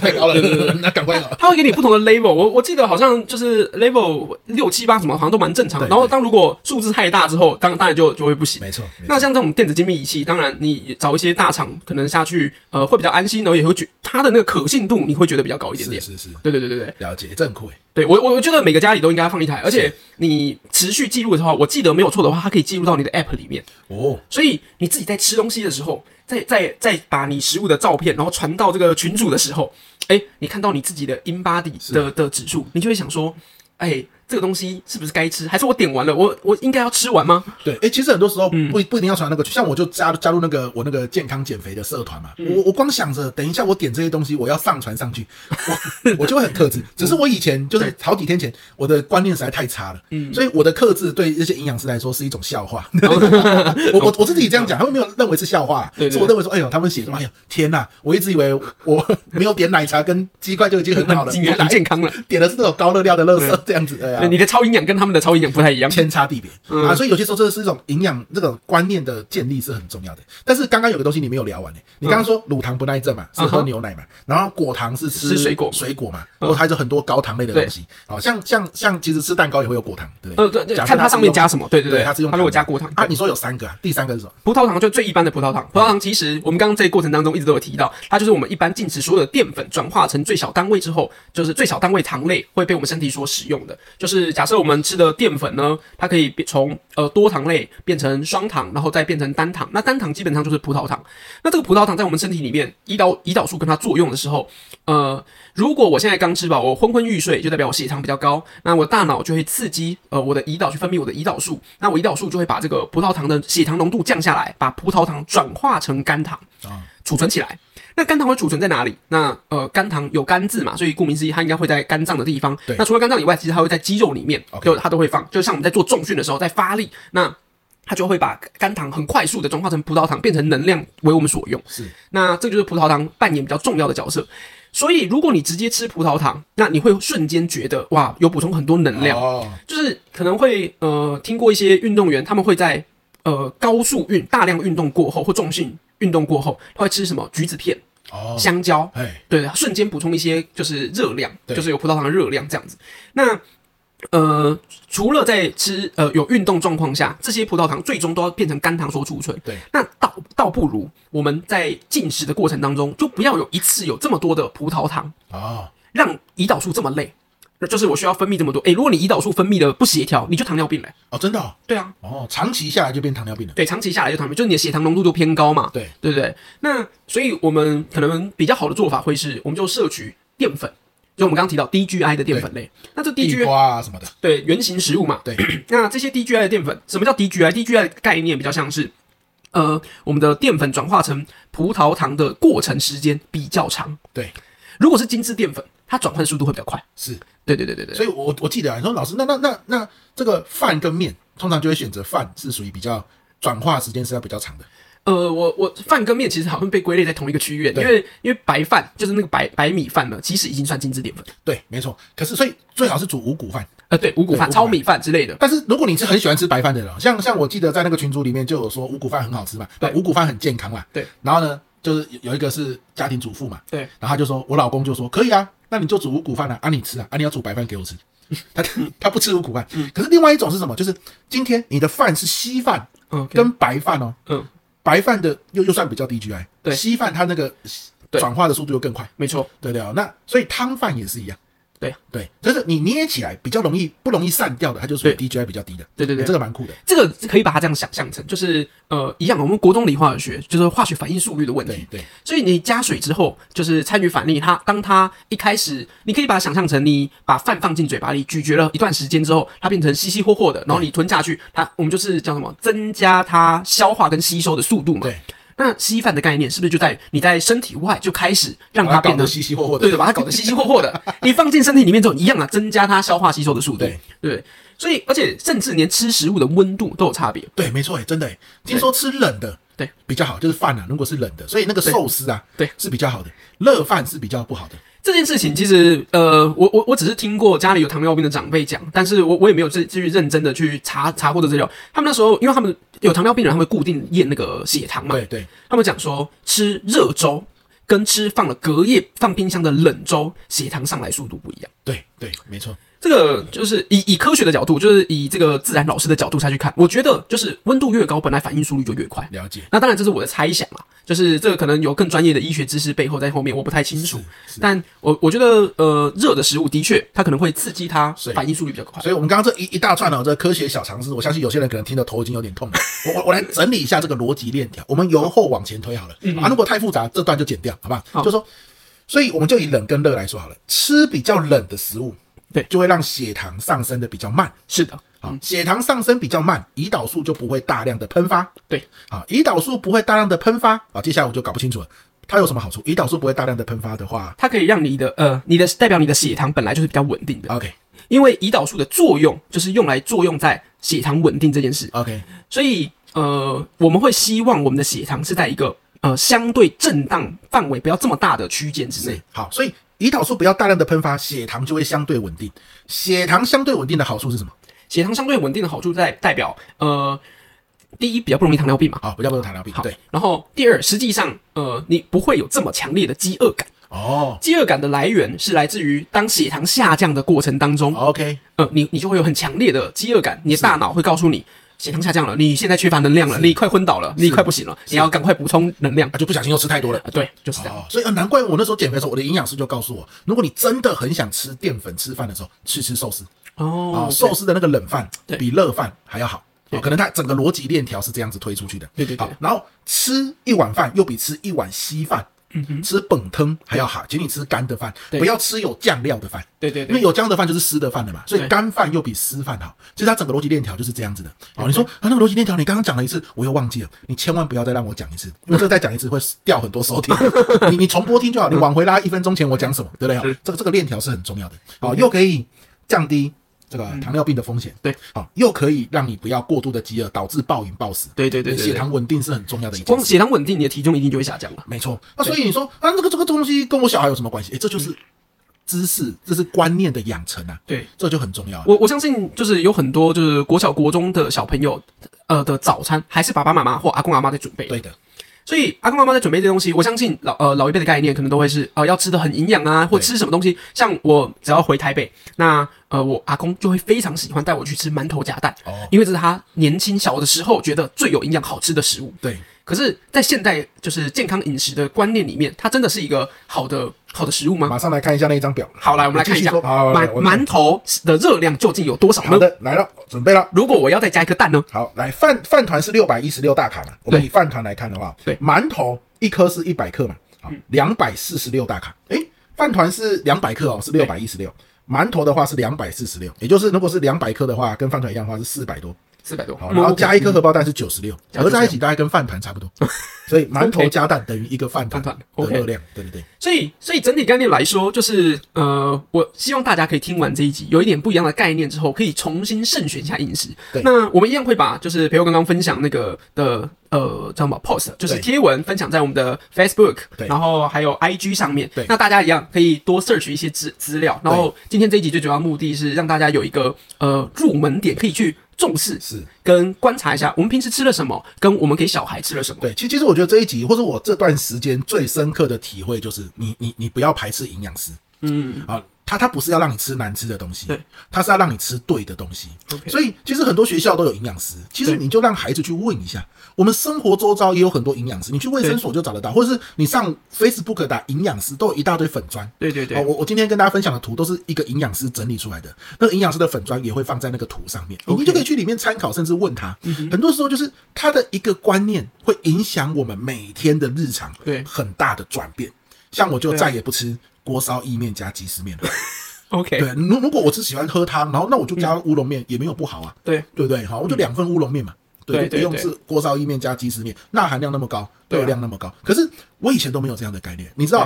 太 高了，那赶快哦了。
它会给你不同的 level 我。我记得好像就是 level 六七八什么，好像都蛮正常的。
对对
然后当如果数字太大之后，当当然就就会不行。
没错，没错
那像这种电子精密仪器，当然你找一些大厂可能下去，呃，会比较安心，然后也会觉它的那个可信度，你会觉得比较高一点
是
点。
是是，
对对对对对，
了解，这很酷哎。
对我我我觉得每个家里都应该放一台，而且你持续记录的话，我记得没有错的话，它可以记录到你的 app 里面。
哦，
所以你自己在吃东西的时候，再再再把你食物的照片，然后传到这个群组的时候，哎，你看到你自己的 in body 的的指数，你就会想说，哎，这个东西是不是该吃？还是我点完了，我我应该要吃完吗？
对，哎、其实很多时候
嗯
不、不一定要传那个去，像我就加加入那个我那个健康减肥的社团嘛，
嗯
我我光想着等一下我点这些东西，我要上传上去，我我就会很克制。只是我以前就是好几天前，我的观念实在太差了，
嗯
所以我的克制对这些营养师来说是一种笑话。 我我我自己这样讲，他们没有认为是笑话，
哦对对
是我认为说，哎呦，他们写什么？哎呦，天呐、我一直以为我没有点奶茶跟鸡块就已经很 好
很
了，
健
原来
很健康了，
点的是那种高热量的垃圾，这样子，哎呀，
你的超营养跟他们的超营养不太一样。
天差地别、
嗯
啊，所以有些时候这是一种营养这种观念的建立是很重要的。但是刚刚有个东西你没有聊完呢、你刚刚说乳糖不耐症嘛，是
嗯
喝
哼
牛奶嘛，然后果糖是吃
吃水果嗯
水果嘛，然后还有很多高糖类的东西，好像像像其实吃蛋糕也会有果糖，对不对？
呃，对，对
假设
看它
是
上面
用
加什么。对对
对，它是用
它
糖
如果
的
加果糖
啊，你说有三个啊，第三个是什么？
葡萄糖就最一般的葡萄糖，葡萄糖其实我们刚刚在过程当中一直都有提到，它就是我们一般进食所有的淀粉转化成最小单位之后，就是最小单位糖类会被我们身体所使用的。就是假设我们吃的淀粉呢，它可以变从呃多糖类变成双糖，然后再变成单糖。那单糖基本上就是葡萄糖。那这个葡萄糖在我们身体里面，胰岛胰岛素跟它作用的时候，呃，如果我现在刚吃饱，我昏昏欲睡，就代表我血糖比较高，那我大脑就会刺激呃我的胰岛去分泌我的胰岛素，那我胰岛素就会把这个葡萄糖的血糖浓度降下来，把葡萄糖转化成肝糖
啊
储存起来。那肝糖会储存在哪里？那呃，肝糖有肝字嘛，所以顾名思义，它应该会在肝脏的地方。
对
那除了肝脏以外，其实它会在肌肉里面
OK
就它都会放。就像我们在做重训的时候，在发力，那它就会把肝糖很快速的转化成葡萄糖，变成能量为我们所用。
是
那这就是葡萄糖扮演比较重要的角色。所以，如果你直接吃葡萄糖，那你会瞬间觉得哇，有补充很多能量，
哦，
就是可能会呃听过一些运动员，他们会在呃高速运大量运动过后或重训运动过后，他会吃什么橘子片、
哦，
香蕉，
哎，
对，瞬间补充一些就是热量，
对
就是有葡萄糖的热量这样子。那呃，除了在吃呃有运动状况下，这些葡萄糖最终都要变成肝糖所储存。
对，
那倒倒不如我们在进食的过程当中，就不要有一次有这么多的葡萄糖，
哦，
让胰岛素这么累。就是我需要分泌这么多。诶、如果你胰岛素分泌的不协调，你就糖尿病了、
哦，真的哦，
对啊，
哦，长期下来就变糖尿病了。
对，长期下来就糖尿病，就是你的血糖浓度就偏高嘛，
对
对不对？那所以我们可能比较好的做法会是，我们就摄取淀粉，就我们刚刚提到低 GI 的淀粉类。那这低
地
GI
瓜啊什么的，
对原型食物嘛，
对，
那这些低 GI 的淀粉，什么叫低 GI？低 GI 的概念比较像是，呃，我们的淀粉转化成葡萄糖的过程时间比较长。
对，
如果是精致淀粉，它转换速度会比较快。
是。
对对对对对，
所以我我记得啊，你说老师，那那那那这个饭跟面，通常就会选择饭是属于比较转化时间是要比较长的。
呃，我我饭跟面其实好像被归类在同一个区域，因
对
为因为白饭就是那个白白米饭呢，其实已经算精致淀粉。
对，没错。可是所以最好是煮五谷饭，
呃，对，五谷
对五
饭、
谷
糙
饭
米饭之类的。
但是如果你是很喜欢吃白饭的人哦，像像我记得在那个群组里面就有说五谷饭很好吃嘛，
对
五谷饭很健康嘛。
对。
然后呢，就是有有一个是家庭主妇嘛，
对，
然后他就说，我老公就说可以啊，那你就煮五谷饭啊，啊你吃啊，啊你要煮白饭给我吃。 他他不吃五谷饭，可是另外一种是什么？就是今天你的饭是稀饭
嗯，
跟白饭哦，
嗯，
白饭的又又算比较低 GI，
对
稀饭它那个
对
转化的速度又更快，
没错，
对对哦。那所以汤饭也是一样，
对
对，就是你捏起来比较容易不容易散掉的，它就属于 DGI 比较低的，
对对对
这个蛮酷的，
这个可以把它这样想象成，就是呃，一样，我们国中理化学就是化学反应速率的问
对
题。
对
所以你加水之后，就是参与反应。它当它一开始，你可以把它想象成你把饭放进嘴巴里，咀嚼了一段时间之后，它变成稀稀霍霍的，然后你吞下去，它我们就是叫什么，增加它消化跟吸收的速度嘛。
对，
那稀饭的概念是不是就在你在身体外就开始让
把它
它
搞
变
得
得
稀稀霍霍
对
的，
的，把它搞得稀稀霍霍的。你放进身体里面之后，一样啊，增加它消化吸收的速度。
对
对，所以而且甚至连吃食物的温度都有差别。
对，没错诶，真的诶，听说吃冷的。
对，
比较好，就是饭啊，如果是冷的，所以那个寿司啊，
对
是比较好的，热饭是比较不好的。
这件事情其实，呃，我我我只是听过家里有糖尿病的长辈讲，但是我我也没有继继续认真的去查查获的资料。他们那时候，因为他们有糖尿病的人，他们会固定验那个血糖嘛，
对对，
他们讲说吃热粥跟吃放了隔夜放冰箱的冷粥，血糖上来速度不一样。
对对，没错，
这个就是以以科学的角度，就是以这个自然老师的角度下去看，我觉得就是温度越高，本来反应速率就越快。
了解。
那当然这是我的猜想啦，就是这个可能有更专业的医学知识背后在后面，我不太清楚。但我我觉得呃，热的食物的确它可能会刺激它
是
反应速率比较快。
所以我们刚刚这一一大串哦，这科学小常识，我相信有些人可能听得头已经有点痛了。我我我来整理一下这个逻辑链条，我们由后往前推好了。
嗯
啊，如果太复杂，这段就剪掉，好不好？就说，所以我们就以冷跟热来说好了，吃比较冷的食物，
对嗯
就会让血糖上升的比较慢。
是的，
好，血糖上升比较慢，胰岛素就不会大量的喷发。
对，
啊，胰岛素不会大量的喷发啊，接下来我就搞不清楚了，它有什么好处？胰岛素不会大量的喷发的话
它可以让你的呃你的代表你的血糖本来就是比较稳定的，
，OK
因为胰岛素的作用就是用来作用在血糖稳定这件事。
OK，
所以呃，我们会希望我们的血糖是在一个呃相对震荡范围不要这么大的区间之内
对。，好，所以胰岛素不要大量的喷发，血糖就会相对稳定。血糖相对稳定的好处是什么？
血糖相对稳定的好处在代表呃，第一比较不容易糖尿病嘛。
好，比较不用糖尿病。
好
对，，
然后第二，实际上，呃，你不会有这么强烈的饥饿感。
哦
饥饿感的来源是来自于当血糖下降的过程当中，
，OK，
呃，你你就会有很强烈的饥饿感，你的大脑会告诉你血糖下降了，你现在缺乏能量了，你快昏倒了，你快不行了，你要赶快补充能量。
啊，就不小心又吃太多了。
啊，对，就是这样。
哦，所以啊，难怪我那时候减肥的时候，我的营养师就告诉我，如果你真的很想吃淀粉、吃饭的时候，去吃寿司啊，
哦，
寿司的那个冷饭
对
比热饭还要好。哦、可能它整个逻辑链条是这样子推出去的。
对对对
好，然后吃一碗饭又比吃一碗稀饭，嗯、吃本汤还要好，请你吃干的饭，
对
不要吃有酱料的饭。
对对
因为
对，
有浆的饭就是湿的饭了嘛，所以
对
干饭又比湿饭好。其实它整个逻辑链条就是这样子的。好，你说啊，那个逻辑链条你刚刚讲了一次，我又忘记了，你千万不要再让我讲一次，因为这再讲一次会掉很多 收听。你你重播听就好，你往回拉一分钟前我讲什么，对不对？好这个这个链条是很重要的。好，又可以降低。这个糖尿病的风险，
嗯对，
好，又可以让你不要过度的饥饿，导致暴饮暴食。
对对对对对
血糖稳定是很重要的一件
光
事。
血糖稳定，你的体重一定就会下降了。
没错，那所以你说啊，这个这个东西跟我小孩有什么关系？诶，这就是知识，这是观念的养成啊。
对，
这就很重要了。
我我相信就是有很多就是国小国中的小朋友，呃的早餐还是爸爸妈妈或阿公阿妈在准备。
对，的，
所以阿公阿妈在准备这些东西，我相信老呃老一辈的概念可能都会是呃要吃的很营养啊，或
对
吃什么东西。像我只要回台北，那呃我阿公就会非常喜欢带我去吃馒头夹蛋，
哦
因为这是他年轻小的时候觉得最有营养好吃的食物。
对，
可是，在现代就是健康饮食的观念里面，它真的是一个好的好的食物吗？
马上来看一下那一张表。
好，来我们来
继
看一
续
下呃
说好，
馒
来我
馒头的热量究竟有多少
好
呢？
的来了，准备了。
如果我要再加一颗蛋呢？
好，来饭饭团是六百一十六大卡嘛？我们
对
以饭团来看的话，
对嗯
馒头一颗是一百克嘛？好，两百四十六大卡。诶，饭团是两百克哦，是六百一十六。馒头的话是两百四十六，也就是如果是两百克的话，跟饭团一样的话是四百多。
四百多，
好，然后加一
个
颗荷包蛋是九十六，
加
合在一起大概跟饭团差不多。所以馒头加蛋等于一个饭团
饭团
的
，OK
热量，对不对？
所以，所以整体概念来说，就是呃，我希望大家可以听完这一集，有一点不一样的概念之后，可以重新慎选一下饮食
对。
那我们一样会把就是培佑刚刚分享那个的呃叫什么 post，就是
对
贴文分享在我们的 Facebook，
对
然后还有 IG 上面。
对
那大家一样可以多 search 一些资资料。然后今天这一集最主要目的是让大家有一个呃入门点，可以去重视
是。
跟观察一下我们平时吃了什么，跟我们给小孩吃了什么。
对，其其实我觉得这一集或者我这段时间最深刻的体会就是你，你你不要排斥营养师，嗯啊，他他不是要让你吃难吃的东西
对，
他是要让你吃对的东西。
OK
所以其实很多学校都有营养师，其实
对
你就让孩子去问一下，我们生活周遭也有很多营养师，你去卫生所就找得到，或者是你上 Facebook 打营养师都有一大堆粉砖。
对对
哦，
对，
我我今天跟大家分享的图都是一个营养师整理出来的，那个营养师的粉砖也会放在那个图上面，你就可以去里面参考，甚至问他。
嗯
很多时候就是他的一个观念会影响我们每天的日常，
对
很大的转变。像我就
对啊
再也不吃锅烧意面加鸡丝面了。
，OK，
对，如如果我只喜欢喝汤，然后那我就加乌龙面也没有不好啊，
对
对不对？好，我就两份乌龙面嘛。
对
对，就不
嗯对对
用是锅烧意面加鸡丝面，钠含量那么高，
对啊
热量那么高。可是我以前都没有这样的概念，你知道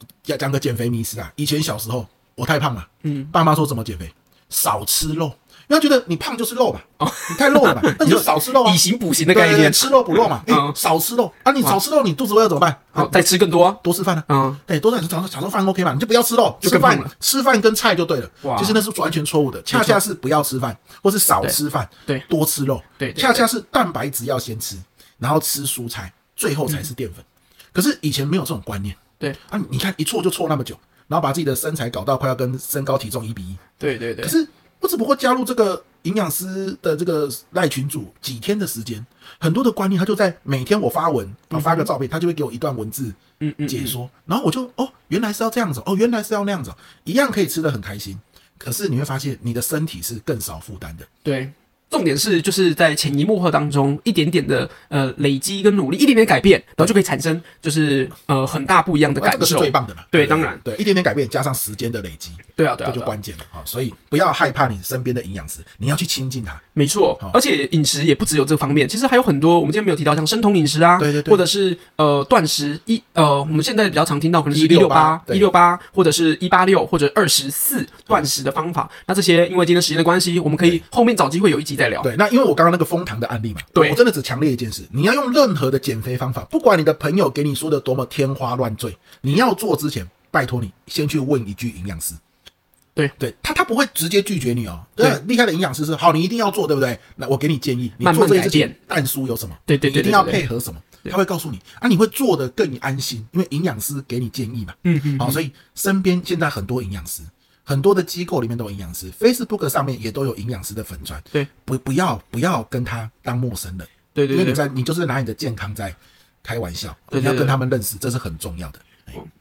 对？
讲讲个减肥迷思啊，以前小时候我太胖了，嗯，爸妈说怎么减肥？少吃肉，因为他觉得你胖就是肉嘛，
哦
你太肉了 嘛，那你就少吃肉啊
以。形补形的
对
概
对对，
念，
吃肉补肉嘛，哎
嗯，
少吃肉啊，你少吃肉，你肚子饿了怎么办？
好，再吃更多啊。
多吃饭啊，
嗯，
对，多吃少少吃饭 OK 嘛，你就不要吃肉，
就
吃
更胖
饭
了
吃饭跟菜就对了。
哇
其实那是完全错误的，恰恰是不要吃饭，或是少吃饭，
对对
多吃肉，
对对对
恰恰是蛋白质要先吃，然后吃蔬菜，最后才是淀粉。可是以前没有这种观念
嗯对
啊，你看一错就错那么久，然后把自己的身材搞到快要跟身高体重一比一。
对对对
可，是我只不过加入这个营养师的这个赖群组几天的时间，很多的观念他就在每天我发文，啊发个照片，他就会给我一段文字
嗯嗯
解说，然后我就哦原来是要这样子，哦原来是要那样子，一样可以吃的很开心。可是你会发现你的身体是更少负担的，
对。重点是就是在潜移默化当中，一点点的呃累积跟努力，一点点改变，然后就可以产生就是呃很大不一样的
哦那
感
啊这个是
受。
最棒的嘛？
对
不
当然
对，一点点改变加上时间的累积，
对啊，对
这
啊，
就
对啊
关键了啊！所以不要害怕你身边的营养师，你要去亲近他。
没错
好。
而且饮食也不只有这方面，其实还有很多我们今天没有提到，像生酮饮食啊，
对对对
或者是呃断食一呃，我们现在比较常听到可能是一六
168
八、
对
一六八或者是一八六或者二十四断食的方法。那这些因为今天时间的关系，我们可以后面找机会有一集再聊。
对，那因为我刚刚那个蜂糖的案例嘛，
对
我真的只强烈一件事，你要用任何的减肥方法，不管你的朋友给你说的多么天花乱坠，你要做之前，拜托你先去问一句营养师。
对
对，他他不会直接拒绝你哦。对
对，
厉害的营养师是好，你一定要做，对不对？那我给你建议，你
慢慢
做这件事
改
情
变，
蛋叔有什么？
对对对
你一定
对
要
对
配合什么？他会告诉你啊，你会做的更安心，因为营养师给你建议嘛。
嗯嗯，
好，所以身边现在很多营养师，很多的机构里面都有营养师，Facebook 上面也都有营养师的粉砖。
对，
不不要不要跟他当陌生人，
对对
因为你
对。
在你就是拿你的健康在开玩笑，
对对
你要
对
跟他们认识，这是很重要的。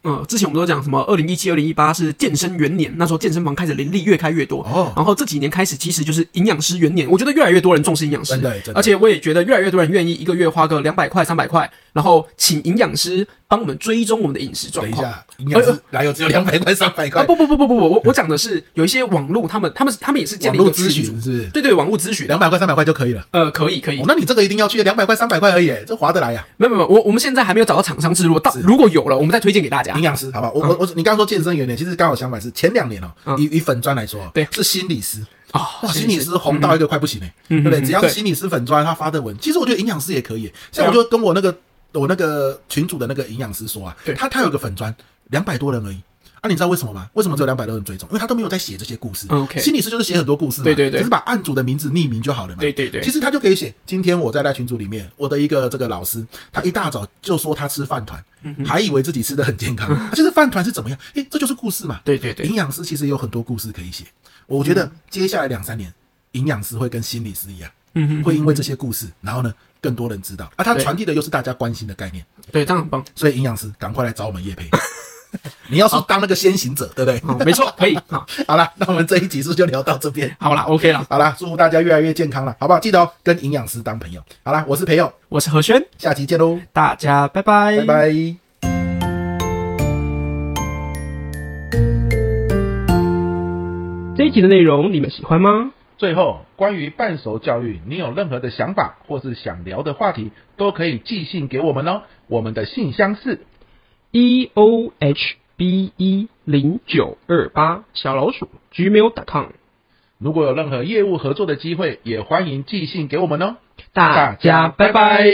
嗯，之前我们都讲什么，二零一七、二零一八是健身元年，那时候健身房开始林立越开越多。
哦
然后这几年开始，其实就是营养师元年，我觉得越来越多人重视营养师，欸
真的真的
而且我也觉得越来越多人愿意一个月花个两百块、三百块，然后请营养师帮我们追踪我们的饮食状
等一
况。呃
下，营养师哪有只有两百块、三百
啊
块？
不不不不不不，我我讲的是有一些网络，他们他们他们也是建
网
立一个
络咨
群
询
组
是不是？
对对，网络咨询，
两百块、三百块就可以了。
呃，可以可以
哦，，那你这个一定要去两百块、三百块而已，这划得来呀、
没有没有，我我们现在还没有找到厂商制度，到如果有了，我们再推荐给大家嗯
营。养师，好吧，我我我，你刚刚说健身元年，其实刚好相反是前两年哦、以以粉砖来说，
对
是心理师，
啊
哇，心理师红到一个快不行哎、对不对？只要是
嗯对
心理师粉砖他发的文，其实我觉得营养师也可以欸、像我就跟我那个我那个群主的那个营养师说啊
对，
他他有个粉砖两百多人而已。啊，你知道为什么吗？为什么只有两百多人追踪？因为他都没有在写这些故事。
嗯，OK
心理师就是写很多故事嘛，
对对对
只是把案主的名字匿名就好了嘛。
对对对
其实他就可以写，今天我在那群组里面，我的一个这个老师，他一大早就说他吃饭团，
嗯
还以为自己吃的很 健康，啊就是饭团是怎么样？诶，这就是故事嘛。
对对嗯对
营养师其实有很多故事可以写。我觉得接下来两三年，营养师会跟心理师一样，
嗯哼
会因为这些故事，然后呢，更多人知道啊。它
对
传递的又是大家关心的概念，
对，当然很棒。
所以营养师赶快来找我们叶培。 你要是当那个先行者，对不对？
好，没错，可以。好，
好啦，那我们这一集是不是就聊到这边？
好啦 o k 啦，
好啦，祝福大家越来越健康了，好不好？记得哦，跟营养师当朋友。好啦，我是培友，
我是何轩，
下期见喽，
大家拜拜，
拜拜。
这一集的内容你们喜欢吗？
最后，关于半熟教育，你有任何的想法或是想聊的话题，都可以寄信给我们哦。我们的信箱是
e o h b e 零九二八小老鼠 gmail.com，
如果有任何业务合作的机会，也欢迎寄信给我们哦。
大家拜拜